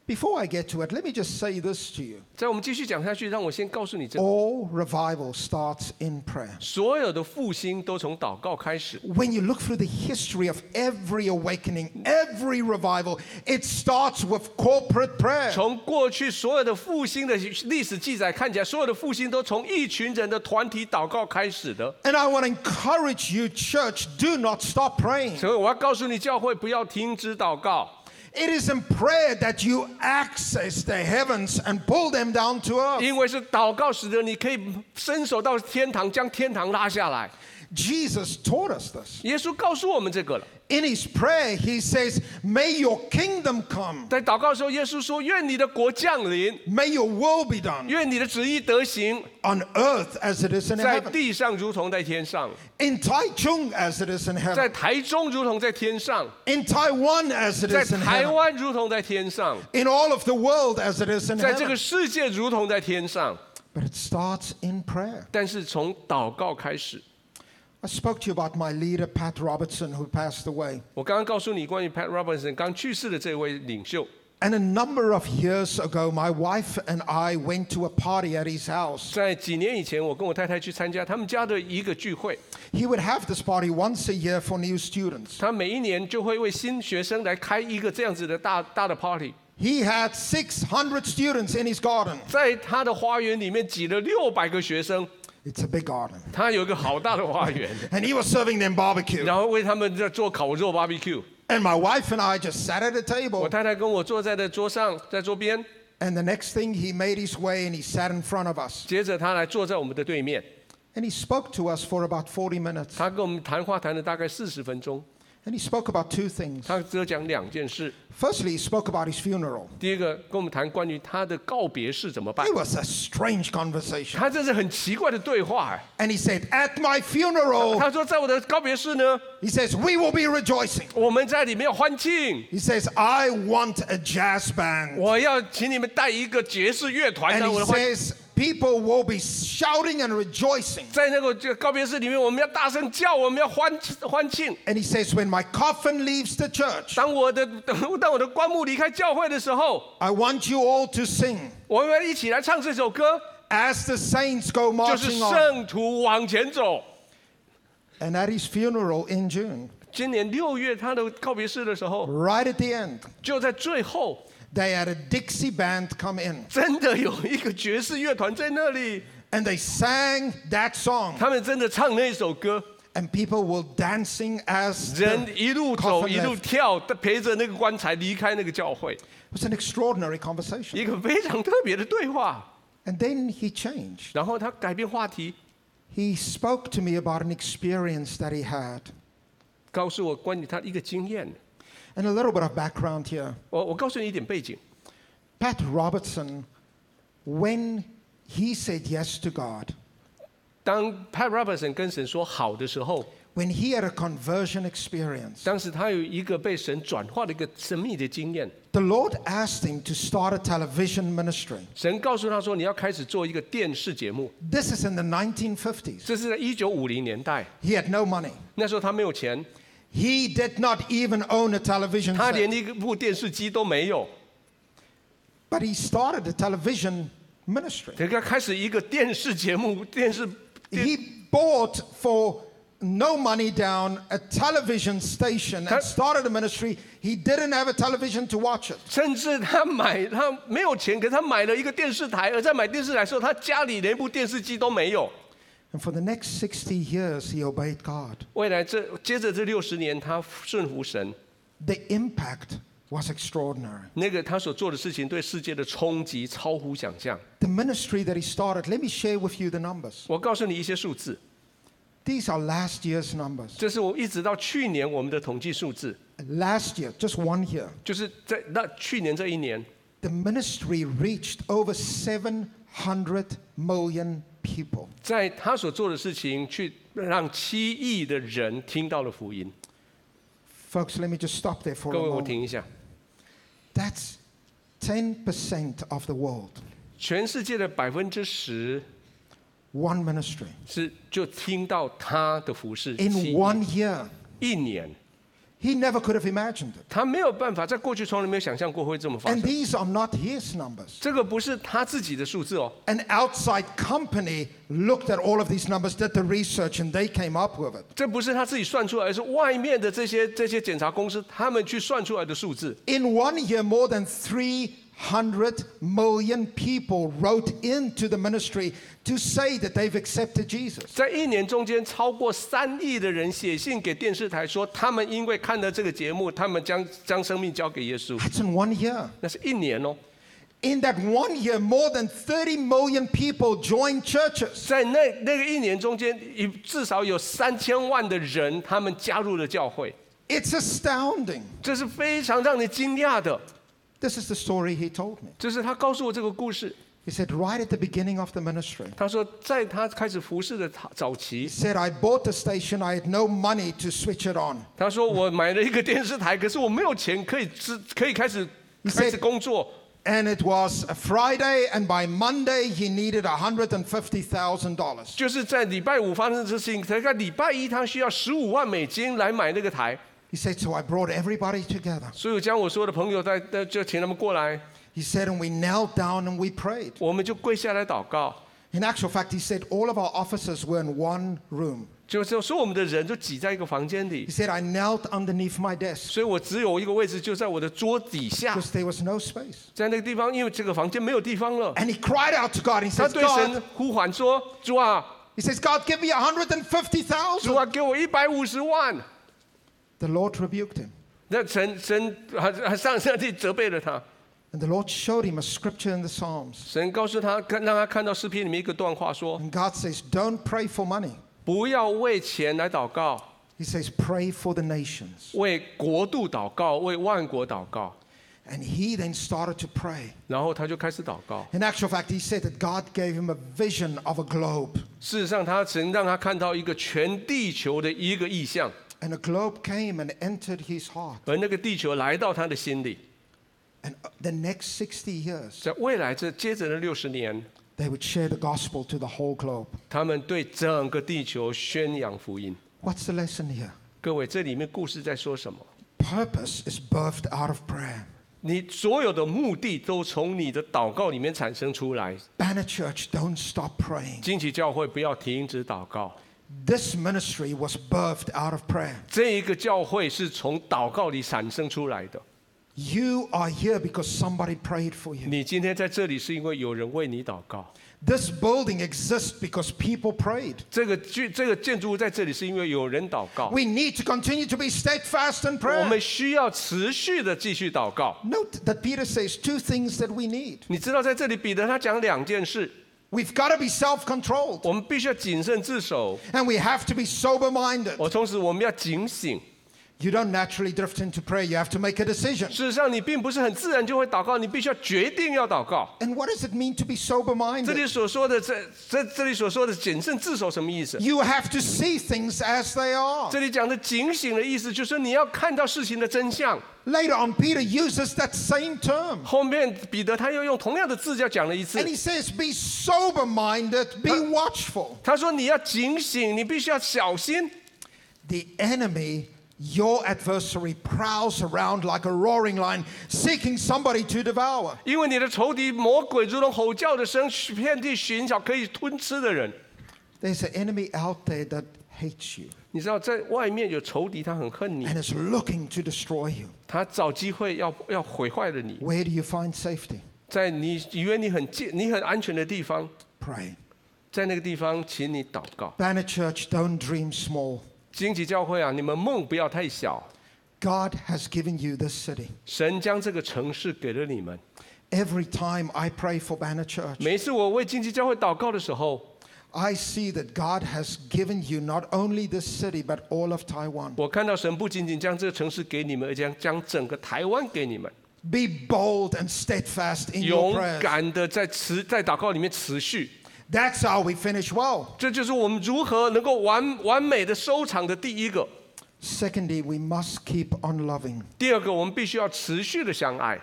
B: Before I get to it, let me just say this to you
C: 在我们继续讲下去，让我先告诉你这，
B: all revival starts in prayer.
C: 所有的复兴都从祷告开始。
B: When you look through the history of every awakening, every revival, it starts with corporate prayer.
C: 从过去所有的复兴的历史记载看起来，所有的复兴都从一群人的团体祷告开始的。
B: And I want to encourage you, church, do not stop praying.
C: 所以我要告诉你，教会不要停止祷告，
B: It is in prayer that you access the heavens and pull them down to earth.
C: 因为是祷告使得你可以伸手到天堂，将天堂拉下来。
B: Jesus taught us this.
C: 耶稣告诉我们这个了。
B: In his prayer, he says, May your kingdom come,
C: 在祷告的时候，耶稣说：“愿你的国降临，
B: may your will be done
C: 愿你的旨意得行，
B: on earth as it is in
C: 在
B: heaven,
C: 地上如同在天上，
B: in Taichung as it is in
C: 在
B: heaven,
C: 台中如同在天上，
B: in Taiwan as it
C: 在
B: is in
C: 台
B: heaven,
C: 湾如同在天上，
B: in all of the world as it is in
C: 在这个
B: heaven.
C: 世界如同在天上。
B: But it starts in prayer. ”
C: 但是从祷告开始，
B: I spoke to you about my leader, Pat Robertson, who passed away.
C: 我刚刚告诉你关于 Pat Robertson 刚去世的这位领袖。
B: And a number of years ago, my wife and I went to a party at his house.
C: 在几年以前，我跟我太太去参加他们家的一个聚会，
B: He would have this party once a year for new students.
C: 他每一年就会为新学生来开一个这样子的大大的 party，
B: He had 600 students in his garden.
C: 在他的花园里面挤了六百个学生，
B: It's a big garden.
C: 他有一个好大的花园，
B: And he was serving them barbecue.
C: 然后为他们在做烤肉 barbecue。
B: And my wife and I just sat at a
C: 我
B: table.
C: 太太跟我坐在的桌上，在桌边，
B: And the next thing, he made his way and he sat in front of us.
C: 接着他来坐在我们的对面，
B: And he spoke to us for about 40 minutes.
C: 他跟我们谈话谈了大概四十分钟，
B: And he spoke about two things.
C: 他只有讲两件事。
B: Firstly, he spoke about his funeral.
C: 第一个，跟我们谈关于他的告别式怎么办
B: It。was a strange conversation.
C: 他这是很奇怪的对话哎。
B: And he said, At my funeral,
C: 他说，在我的告别式呢，
B: he says, We will be rejoicing.
C: 我们在里面要欢庆，
B: He says, I want a jazz band.
C: 我要请你们带一个爵士乐团
B: And
C: 到
B: he
C: 我的欢。
B: says, People will be shouting and rejoicing.
C: 在那个这个告别式里面，我们要大声叫，我们要欢欢庆。
B: And he says, When my coffin leaves the church,
C: 当我的 当我的棺木离开教会的时候，
B: I want you all to sing
C: 我们一起来唱这首歌，
B: as the saints go
C: 就是
B: marching on.
C: 圣徒往前走。
B: And at his funeral in June,
C: 今年六月他的告别式的时候，
B: right at the end,
C: 就在最后，
B: they had a Dixie band come in
C: 真的有一个爵士乐团在那里，
B: and they sang that song.
C: 他们真的唱那首歌，
B: And people were dancing as
C: 人
B: the
C: 一路走
B: coffin
C: 一路
B: left. It
C: 跳，陪着那个棺材离开那个教会，
B: was an extraordinary conversation.
C: 一个非常特别的对话。
B: And then he changed.
C: 然后他改变话题，
B: He spoke to me about an experience that he had.
C: 告诉我关于他一个经验。
B: And a little bit of background here.
C: 我我告诉你一点背景，
B: Pat Robertson, when he said yes to God,
C: 当 Pat Robertson 跟神说好的时候，
B: when he had a conversion experience,
C: 当时他有一个被神转化的一个神秘的经验。
B: the Lord asked him to start a television ministry.
C: 神告诉他说：“你要开始做一个电视节目。
B: This is in the 1950s. ”
C: 这是在一九五零年代，
B: He had no money.
C: 那时候他没有钱，
B: He did not even own a television set,
C: 他连一部电视机都没有。
B: but he started a television ministry.
C: 他开始一个电视节目，电视电
B: He bought for no money down a television station
C: Ta-
B: and started a ministry. He didn't have a television to watch it.
C: 甚至他买他没有钱，可是他买了一个电视台，而在买电视台的时候，他家里连一部电视机都没有。
B: And for the next 60 years, he obeyed God.
C: 未来这接着这六十年，他顺服神，
B: The impact was extraordinary.
C: 那个他所做的事情对世界的冲击超乎想象。
B: The ministry that he started, let me share with you the numbers.
C: 我告诉你一些数字，
B: These are last year's numbers.
C: 这是我一直到去年我们的统计数字，
B: Last year, just one year,
C: 就是在那去年这一年，
B: the ministry reached over 700 million people.
C: 在他所做的事情去让七亿的人听到了福音。
B: Folks, let me just stop there for
C: 各
B: a
C: 位，我
B: moment.
C: 停一下，
B: That's 10% of the world.
C: 全世界的百分之十
B: One ministry.
C: 是就听到他的服饰，
B: In
C: 七
B: one year.
C: 一年，
B: He never could have imagined it.
C: 他没有办法，在过去从来没有想象过会这么发
B: And
C: 生。
B: these are not his numbers.
C: 这个不是他自己的数字哦，
B: An outside company looked at all of these numbers, did the research, and they came up with it.
C: 这不是他自己算出来，而是外面的这些这些检查公司他们去算出来的数字。
B: In one year, more than 300 million people wrote into the ministry to say that they've accepted Jesus.
C: 在一年中间，超过三亿的人写信给电视台说，他们因为看了这个节目，他们将将生命交给耶稣。
B: That's in one year.
C: 那是一年哦，
B: In that one year, more than 30 million people joined churches.
C: 在那那个一年中间，一至少有三千万的人他们加入了教会，
B: It's astounding.
C: 这是非常让人惊讶的。
B: This is the story he told me.
C: 这是他告诉我这个故事。
B: He said, right at the beginning of the ministry,
C: 他说，在他开始服侍的早早期
B: he，said, I bought the station, I had no money to switch it on.
C: 他说我买了一个电视台，可是我没有钱可以支可以开始开始工作。
B: And it was a Friday, and by Monday, he needed $150,000.
C: 就是在礼拜五发生的事情，才在礼拜一他需要十五万美金来买那个台，
B: He said, So I brought everybody together.
C: 所以我将我所有的朋友在在就请他们过来，
B: He said, And we knelt down and we prayed.
C: 我们就跪下来祷告，
B: In actual fact, he said, All of our officers were in one room.
C: 就是所有我们的人就挤在一个房间里
B: He，said, I knelt underneath my desk
C: 所以我只有一个位置，就在我的桌底下，
B: because there was no space.
C: 在那个地方，因为这个房间没有地方了，
B: And he cried out to God. He
C: 他
B: said,
C: 对神
B: God,
C: 呼喊说：“主啊，
B: He says, God, give me 150,000.
C: 主啊，给我一百五十万。
B: The Lord rebuked him.
C: 那神神还还上 上帝责备了他，
B: And the Lord showed him a scripture in the Psalms.
C: 神告诉他，看让他看到诗篇里面一个段话说，
B: And God says, Don't pray for money.
C: 不要为钱来祷告，
B: He says, Pray for the nations.
C: 为国度祷告，为万国祷告。
B: And he then started to pray.
C: 然后他就开始祷告。
B: In actual fact, he said that God gave him a vision of a globe.
C: 事实上，他神让他看到一个全地球的一个意象，
B: And a globe came and entered his heart.
C: 而那个地球来到他的心里。
B: And uh, the next 60 years,
C: 在未来这接着的六十年，
B: they would share the gospel to the whole globe.
C: 他们对整个地球宣扬福音。
B: What's the lesson here?
C: 各位，这里面故事在说什么？
B: Purpose is birthed out of prayer.
C: 你所有的目的都从你的祷告里面产生出来。
B: Banner Church, don't stop praying.
C: 惊奇教会不要停止祷告，
B: This ministry was birthed out of prayer.
C: 这一个教会是从祷告里产生出来的。
B: You are here because somebody prayed for you.
C: 你今天在这里是因为有人为你祷告。
B: This building exists because people prayed.
C: 这个剧这个建筑物在这里是因为有人祷告。
B: We need to continue to be steadfast in
C: 我
B: prayer.
C: 们需要持续的继续祷告。
B: Note that Peter says two things that we need.
C: 你知道，在这里彼得他讲两件事，
B: We've got to be self controlled
C: 我们必须要谨慎自守，
B: and we have to be sober minded.
C: 我同时我们要警醒。
B: You don't naturally drift into prayer, you have to make a decision.
C: 事实上，你并不是很自然就会祷告，你必须要决定要祷告。
B: And what does it mean to be sober
C: 这里
B: minded?
C: 所说的这这这里所说的谨慎自守什么意思？
B: You have to see things as they are.
C: 这里讲的警醒的意思，就是你要看到事情的真相。
B: Later on, Peter uses that same term.
C: 后面彼得他又用同样的字叫讲了一次
B: And，he says, Be sober minded, be watchful.
C: 他说你要警醒，你必须要小心。
B: The enemy, your adversary, prowls around like a roaring lion, seeking somebody to devour.
C: 因为你的仇敌魔鬼如同吼叫的声，遍地寻找可以吞吃的人。
B: There's an enemy out there that hates you
C: 你知道，在外面有仇敌，他很恨你，
B: and is looking to destroy you.
C: 他找机会要要毁坏了你。
B: Where do you find safety?
C: 在你以为你很近、你很安全的地方，
B: Pray.
C: 在那个地方，请你祷告。
B: Banner Church, don't dream small.
C: 荆棘教会啊，你们梦不要太小，
B: God has given you this city.
C: 神将这个城市给了你们。
B: Every time I pray for Banner Church,
C: 每一次我为荆棘教会祷告的时候，
B: I see that God has given you not only this city, but all of Taiwan.
C: 我看到神不仅仅将这个城市给你们，而将将整个台湾给你们。
B: Be bold and steadfast in
C: 勇
B: your prayers.
C: 敢的在持在祷告里面持续。
B: That's how we finish well.
C: 这就是我们如何能够完完美的收场的第一个。
B: Secondly, we must keep on loving.
C: 第二个，我们必须要持续的相爱。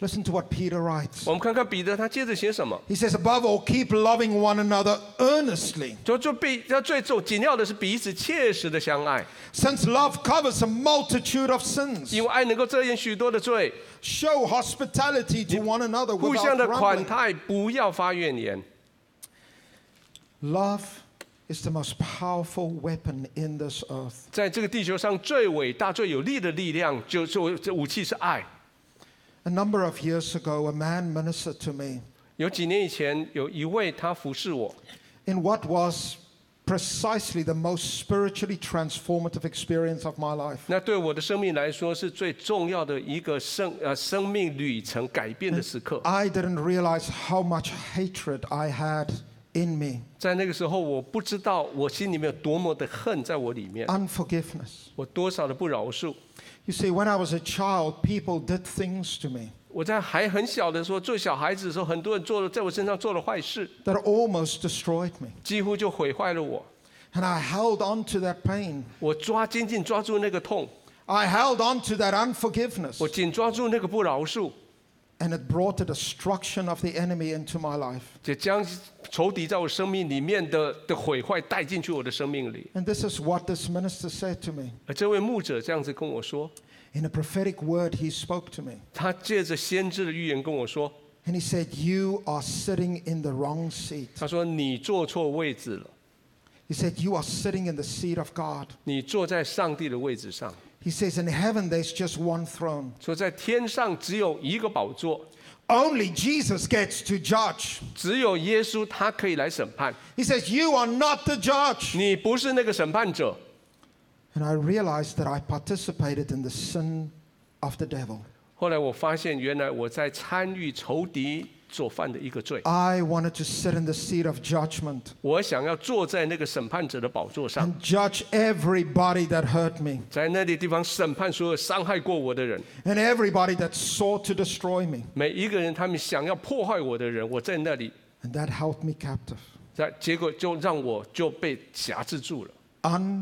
B: Listen to what Peter writes.
C: 我们看看彼得他接着写什么，
B: He says, above all, keep loving one another earnestly,
C: 就就必要最重紧要的是彼此切实的相爱，
B: since love covers a multitude of
C: 因
B: sins.
C: 为爱能够遮掩许多的罪。
B: Show hospitality to one another
C: 互相
B: without
C: 的款
B: grumbling.
C: 待，不要发怨言。
B: Love is the most powerful weapon in this earth.
C: 在这个地球上最伟大、最有力的力量，就就这武器是爱。
B: A number of years ago, a man ministered to me
C: 有几年以前，有一位他服侍我，
B: in what was precisely the most spiritually transformative experience of my life.
C: 那对我的生命来说是最重要的一个生呃生命旅程改变的时刻。
B: I didn't realize how much hatred I had in me
C: 在那个时候，我不知道我心里面有多么的恨在我里面，
B: unforgiveness.
C: 我多少的不饶恕。
B: You see, when I was a child, people did things to me
C: 我在还很小的时候，做小孩子的时候，很多人做了在我身上做了坏事，
B: that almost destroyed me.
C: 几乎就毁坏了我。
B: And I held on to that pain.
C: 我抓紧紧抓住那个痛，
B: I held on to that unforgiveness.
C: 我紧抓住那个不饶恕，
B: And it brought the destruction of the enemy into my life.
C: 就将仇敌在我生命里面的的毁坏带进去我的生命里。
B: And this is what this minister said to me.
C: 而这位牧者这样子跟我说，
B: In a prophetic word, he spoke to me.
C: 他借着先知的预言跟我说，
B: And he said, You are sitting in the wrong seat.
C: 他说你坐错位置了，
B: He said, You are sitting in the seat of God.
C: 你坐在上帝的位置上。
B: He says, In heaven, there's just one throne.
C: 说在天上只有一个宝座，
B: Only Jesus gets to judge.
C: 只有耶稣他可以来审判，
B: He says, You are not the judge.
C: 你不是那个审判者。
B: And I realized that I participated in the sin of the devil.
C: 后来我发现，原来我在参与仇敌所犯的一个罪。
B: I wanted to sit in the seat of judgment
C: 我想要坐在那个审判者的宝座上，
B: and judge everybody that hurt me
C: 在那里地方审判所有伤害过我的人，
B: and everybody that sought to destroy me.
C: 每一个人，他们想要破坏我的人，我在那里，
B: And that held me captive.
C: 在结果就让我就被辖制住了。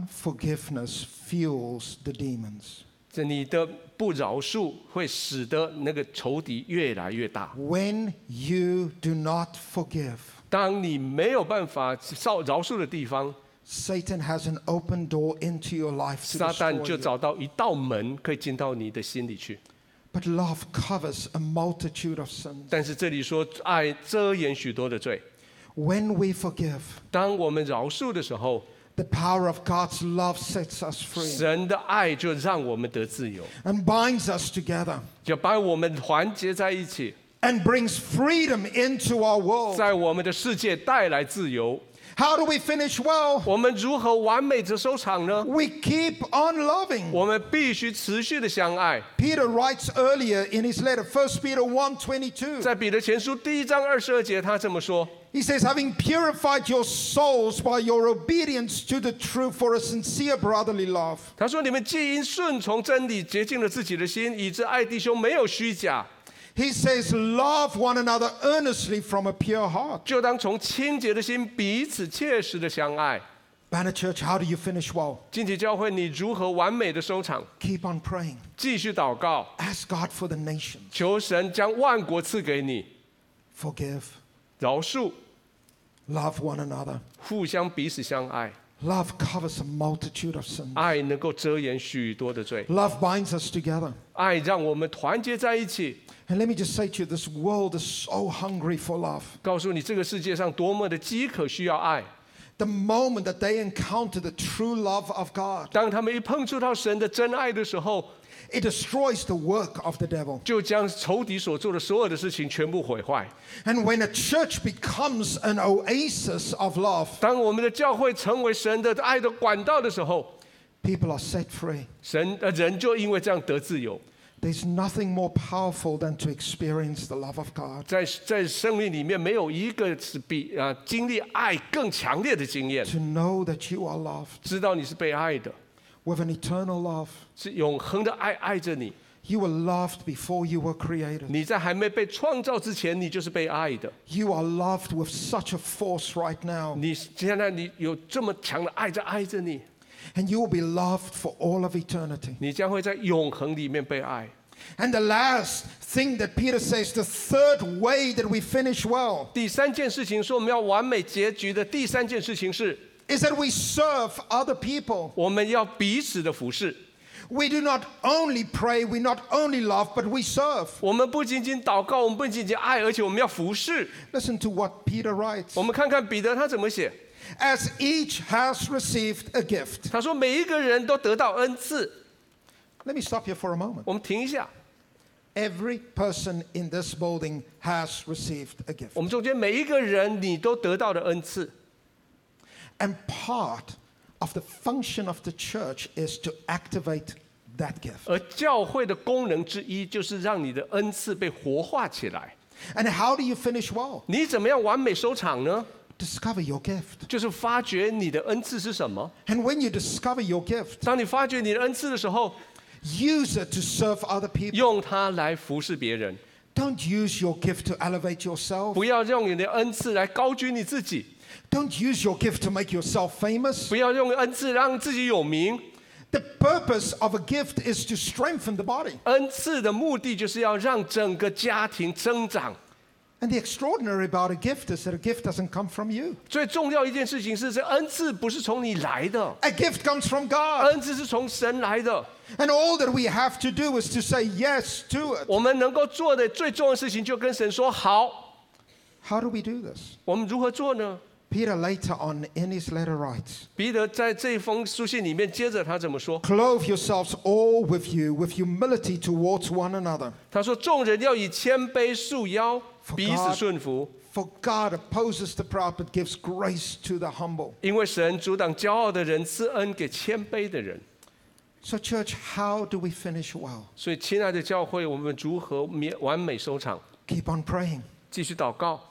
B: Unforgiveness fuels the demons.
C: 这你的不饶恕会使得那个仇敌越来越大。
B: When you do not forgive,
C: 当你没有办法饶饶恕的地方，
B: Satan has an open door into your life to
C: 撒旦
B: destroy
C: 就
B: you.
C: 找到一道门可以进到你的心里去。
B: But love covers a multitude of sins.
C: 但是这里说爱遮掩许多的罪。
B: When we forgive,
C: 当我们饶恕的时候，
B: the power of God's love sets us free
C: 神的爱就让我们得自由，
B: and binds us together
C: 就把我们团结在一起，
B: and brings freedom into our world.
C: 在我们的世界带来自由。
B: How do we finish well?
C: 我们如何完美的收场呢？
B: We keep on loving.
C: 我们必须持续的相爱。
B: Peter writes earlier in his letter, 1 Peter 1 22.
C: 在彼得前书第一章二十二节，他这么说：
B: He says, having purified your souls by your obedience to the truth for a sincere brotherly love.
C: 他说：“你们既因顺从真理，洁净了自己的心，以致爱弟兄没有虚假，
B: He says, love one another earnestly from a pure heart.
C: 就当从清洁的心彼此切实的相爱。
B: Banner Church, how do you finish well? ”
C: 进体教会，你如何完美的收场？
B: Keep on praying.
C: 继续祷告，
B: Ask God for the nation.
C: 求神将万国赐给你，
B: Forgive.
C: 饶恕，
B: Love one another.
C: 互相彼此相爱，
B: Love covers a multitude of sins.
C: 爱能够遮掩许多的罪，
B: Love binds us together.
C: 爱让我们团结在一起。
B: And let me just say to you, this world is so hungry for love.
C: 告诉你，这个世界上多么的饥渴需要爱。
B: The moment that they encounter the true love of God,
C: 当他们一碰触到神的真爱的时候，
B: it destroys the work of the devil.
C: 就将仇敌所做的所有的事情全部毁坏。
B: And when a church becomes an oasis of love,
C: 当我们的教会成为神的爱的管道的时候，
B: people are set free.
C: 神呃人就因为这样得自由。
B: There's nothing more powerful than to experience the love of God,
C: 在在生命里面，没有一个是比啊经历爱更强烈的经验，
B: to know that you are loved
C: 知道你是被爱的，
B: with an eternal love.
C: 是永恒的爱爱着你。
B: You were loved before you were created.
C: 你在还没被创造之前，你就是被爱的。
B: You are loved with such a force right now,
C: 你现在你有这么强的爱在爱着你，
B: and you will be loved for all of eternity.
C: 你将会在永恒里面被爱。
B: And the last thing that Peter says, the third way that we finish well,
C: 第三件事情说我们要完美结局的第三件事情是，
B: is that we serve other people.
C: 我们要彼此的服侍。
B: We do not only pray, we not only love, but we serve.
C: 我们不仅仅祷告，我们不仅仅爱，而且我们要服侍。
B: Listen to what Peter writes.
C: 我们看看彼得他怎么写，
B: As each has received a gift.
C: 他说每一个人都得到恩赐。
B: Let me stop here for a moment.
C: 我们停一下，
B: Every person in this building has received a gift.
C: 我们中间每一个人你都得到的恩赐，
B: And part of the function of the church is to activate that gift.
C: 而教会的功能之一就是让你的恩赐被活化起来。
B: And how do you finish well?
C: 你怎么样完美收场呢？
B: Discover your gift.
C: 就是发掘你的恩赐是什么。
B: And when you discover your gift,
C: 当你发掘你的恩赐的时候，
B: use it to serve other people.
C: 用它来服侍别人，
B: Don't use your gift to elevate yourself.
C: 不要用你的恩赐来高举你自己，
B: Don't use your gift to make yourself famous.
C: 不要用恩赐让自己有名。
B: The purpose of a gift is to strengthen the body.
C: 恩赐的目的就是要让整个家庭增长。
B: And the extraordinary about a gift is that a gift doesn't come from you.
C: 最重要一件事情是，这恩赐不是从你来的，
B: A gift comes from God.
C: 恩赐是从神来的。
B: And all that we have to do is to say yes to it.
C: 我们能够做的最重要的事情，就跟神说好。
B: How do we do this?
C: 我们如何做呢？
B: Peter later on in his letter writes,
C: 彼得在这封书信里面，接着他怎么说？
B: Clothe yourselves all with you, with humility towards one another.
C: 他说：“众人要以谦卑束腰，
B: For
C: 彼此
B: God-
C: 顺服，
B: For God opposes the proud but gives grace to the humble.
C: 因为神阻挡骄傲的人，赐恩给谦卑的人。
B: So, church, how do we finish well? ”
C: 所以，亲爱的教会，我们如何免完美收场？
B: Keep on praying,
C: 继续祷告，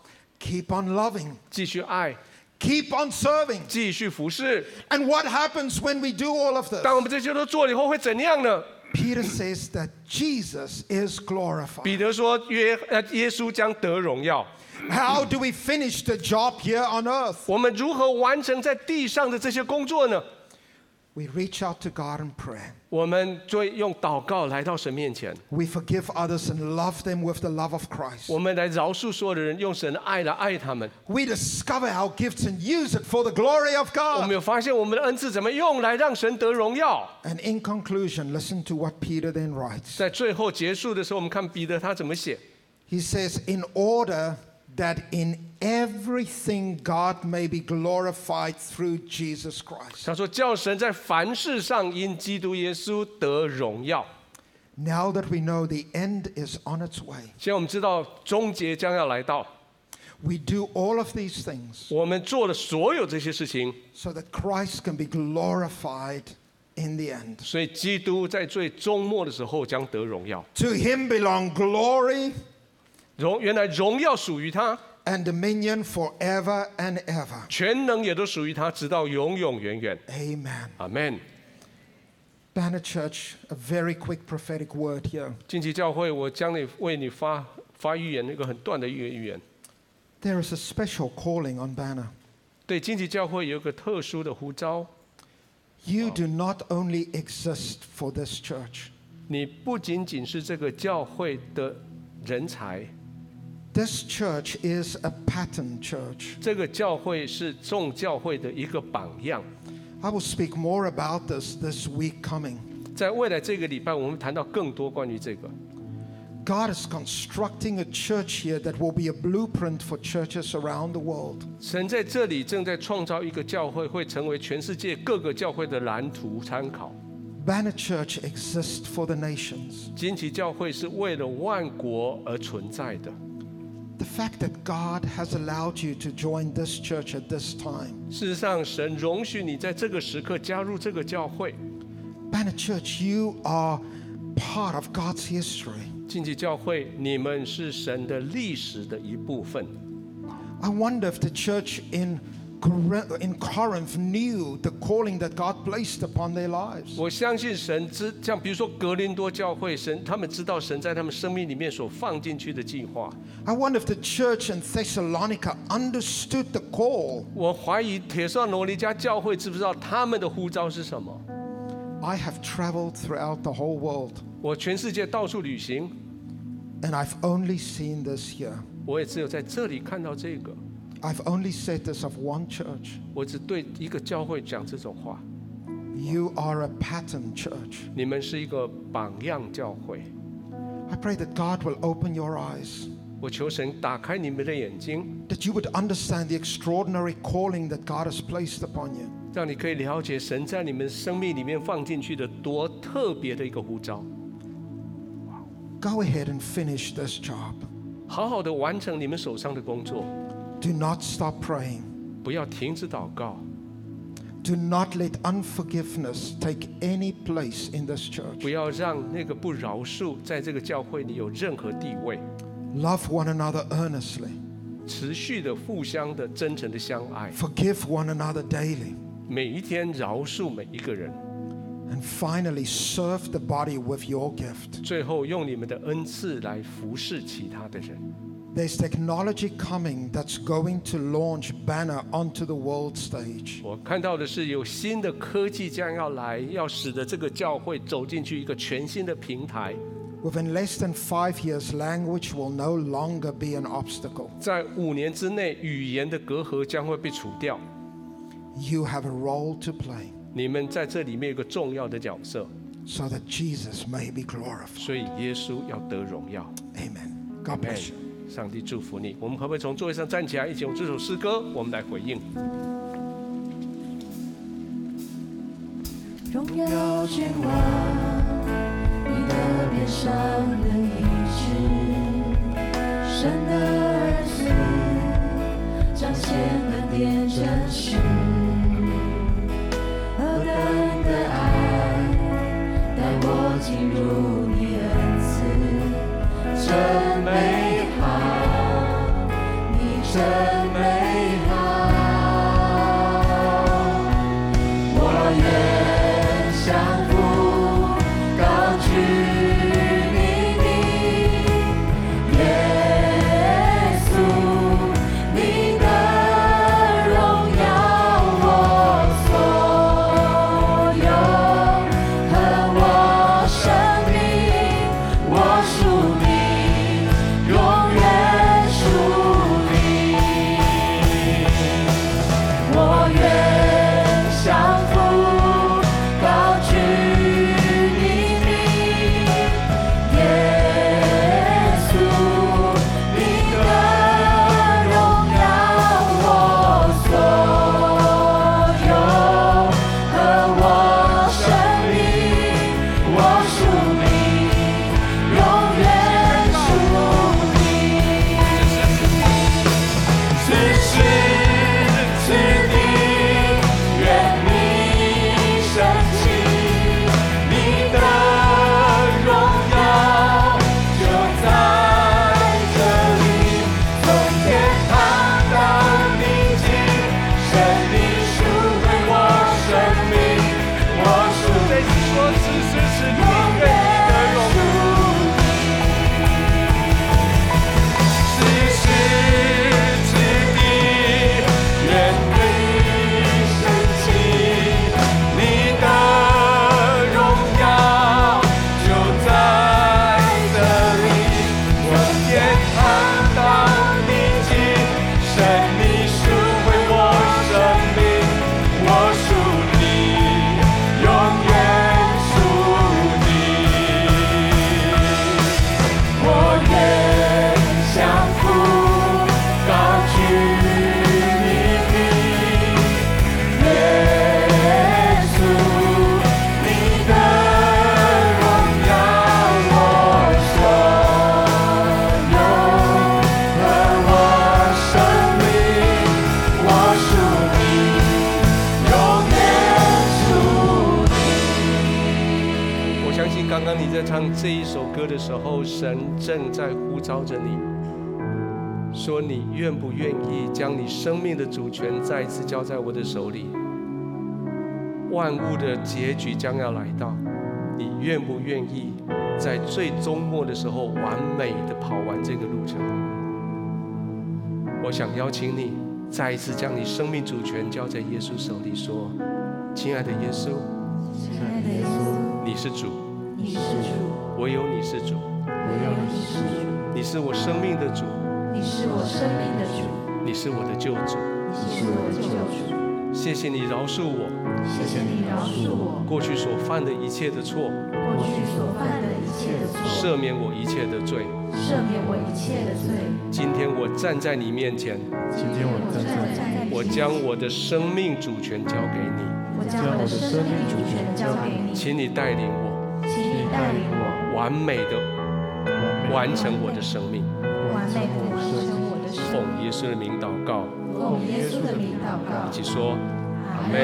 B: keep on loving,
C: 继续爱，
B: keep on serving.
C: 继续服侍。
B: And what happens when we do all of this?
C: 当我们这些都做了以后，会怎样呢？
B: Peter says that Jesus is
C: 彼
B: glorified.
C: 得说：“约呃，耶稣将得荣耀。
B: How do we finish the job here on earth?
C: 我们如何完成在地上的这些工作呢？
B: We reach out to God in prayer.
C: 我们最用祷告来到神面前，
B: We forgive others and love them with the love of Christ.
C: 我们来饶恕所有的人，用神的爱来爱他们。
B: We discover our gifts and use it for the glory of
C: 我
B: God.
C: 们有发现我们的恩赐怎么用来让神得荣耀？
B: And in conclusion, listen to what Peter then writes.
C: 在最后结束的时候，我们看彼得他怎么写。
B: He says, In order that in everything God may be glorified through Jesus Christ.
C: 他说：“叫神在凡事上因基督耶稣得荣耀。
B: Now that we know the end is on its way, ”
C: 现在我们知道终结将要来到，
B: we do all of these things
C: 我们做了所有这些事情，
B: so that Christ can be glorified in the end.
C: 所以基督在最终末的时候将得荣耀。
B: To him belong glory
C: 荣原来荣耀属于他，
B: and dominion forever and ever.
C: 全能也都属于他，直到永永远远。啊
B: Amen.
C: 阿门。
B: Banner Church, a very quick prophetic word here.
C: 近期教会，我将你为你发发预言，那个很短的预言预言。
B: There is a special calling on Banner.
C: 对近期教会有一个特殊的呼召，
B: You do not only exist for this church.
C: 你不仅仅是这个教会的人才，
B: This church is a pattern church.
C: 这个教会是众教会的一个榜样。
B: I will speak more about this this week coming.
C: 在未来这个礼拜，我们谈到更多关于这个。
B: God is constructing a church here that will be a blueprint for churches around the world.
C: 神在这里正在创造一个教会，会成为全世界各个教会的蓝图参考。
B: Banner Church exists for the nations.
C: 惊奇教会是为了万国而存在的。
B: The fact that God has allowed you to join this church at this time.
C: 事实上，神容许你在这个时刻加入这个教会。
B: Banner Church, you are part of God's history.
C: 惊奇教会，你们是神的历史的一部分。
B: I wonder if the church in Cor- in Corinth knew the calling that God placed upon their lives.
C: 我相信神知，像比如说格林多教会，神他们知道神在他们生命里面所放进去的计划。
B: I wonder if the church in Thessalonica understood the call.
C: 我怀疑铁上罗尼加教会知不知道他们的呼召是什么？
B: I have traveled throughout the whole world
C: 我全世界到处旅行，
B: and I've only seen this here.
C: 我也只有在这里看到这个。
B: I've only said this of one church.
C: 我只对一个教会讲这种话：
B: You are a pattern church.
C: 你们是一个榜样教会。
B: I pray that God will open your eyes,
C: 我求神打开你们的眼睛，
B: that you would understand the extraordinary calling that God has placed upon you.
C: 让你可以了解神在你们生命里面放进去的多特别的一个呼召。
B: Go ahead and finish this job.
C: 好好的完成你们手上的工作，
B: Do not stop praying.
C: 不要停止祷告，
B: Do not let unforgiveness take any place in this
C: 不
B: church.
C: 要让那个不饶恕在这个教会里有任何地位。
B: Love one another earnestly.
C: 持续的互相的真诚的相爱，
B: Forgive one another daily.
C: 每一天饶恕每一个人，
B: And finally, serve the body with your gift.
C: 最后用你们的恩赐来服侍其他的人。
B: There's technology coming that's going to launch Banner onto the world stage.
C: 我看到的是有新的科技将要来，要使得这个教会走进去一个全新的平台。
B: Within less than five years, language will no longer be an obstacle.
C: 在五年之内，语言的隔阂将会被除掉。
B: You have a role to play
C: 你们在这里面有个重要的角色，
B: so that Jesus may be glorified.
C: 所以耶稣要得荣耀。
B: Amen. God
C: Amen.
B: bless you.
C: 上帝祝福你。我们可不可以从座位上站起来，一起用这首诗歌，我们来回应？
D: 荣耀君王，你的脸上的医治，神的儿子彰显恩典真实，何等的爱，带我进入你恩赐，真美好，你真美好。我愿降服，高举你的耶稣，你的荣耀我所有，和我生命，我属你，永远属你。我愿降服，高举你名，耶稣，你的荣耀我所有，和我生命，我属你，永远属你。此时此地，愿你升起，你的荣耀就在这里，从天堂到地极，神你赎回我生命，我属你，说此时此地，愿你的荣耀。此时此地，愿你升起，你的荣耀就在这里。从天堂到地极，神你赎回我生命，我属你，永远属你。我愿降服，高举你名，耶稣，你的荣耀我所有，和我生命，我属你，永远属你。
C: 我相信刚刚你在唱这一首歌的时候，神正在呼召着你，说你愿不愿意将你生命的主权再一次交在我的手里？万物的结局将要来到，你愿不愿意在最终末的时候完美的跑完这个路程？我想邀请你再一次将你生命主权交在耶稣手里，说：“亲爱的耶稣，
D: 亲爱的耶稣，
C: 你是主，
D: 你是主，
C: 唯有你是主。”
D: 唯有你是主，
C: 你是我生命的主，
D: 你是我生命的主，
C: 你是我的救主。
D: 你是我救主。
C: 谢谢你饶恕我
D: 谢谢你饶恕我
C: 过去所犯的一切的错，
D: 过去所犯的一切的错，
C: 赦免我一切的罪。
D: 赦免我一切的罪。
C: 今天我站在你面前，
E: 今天我
D: 我
E: 站
D: 站
E: 在，
D: 在你
C: 我将我的生命主权交给你，
D: 我将我的生命主权交给你，
C: 请你带领我
D: 请你带领我
C: 完美的完成我的生命。
D: 完美的完成我的生命。
C: 奉耶稣的名祷告，
D: 奉耶稣的名祷告
C: 一。起说。
D: 阿
C: 门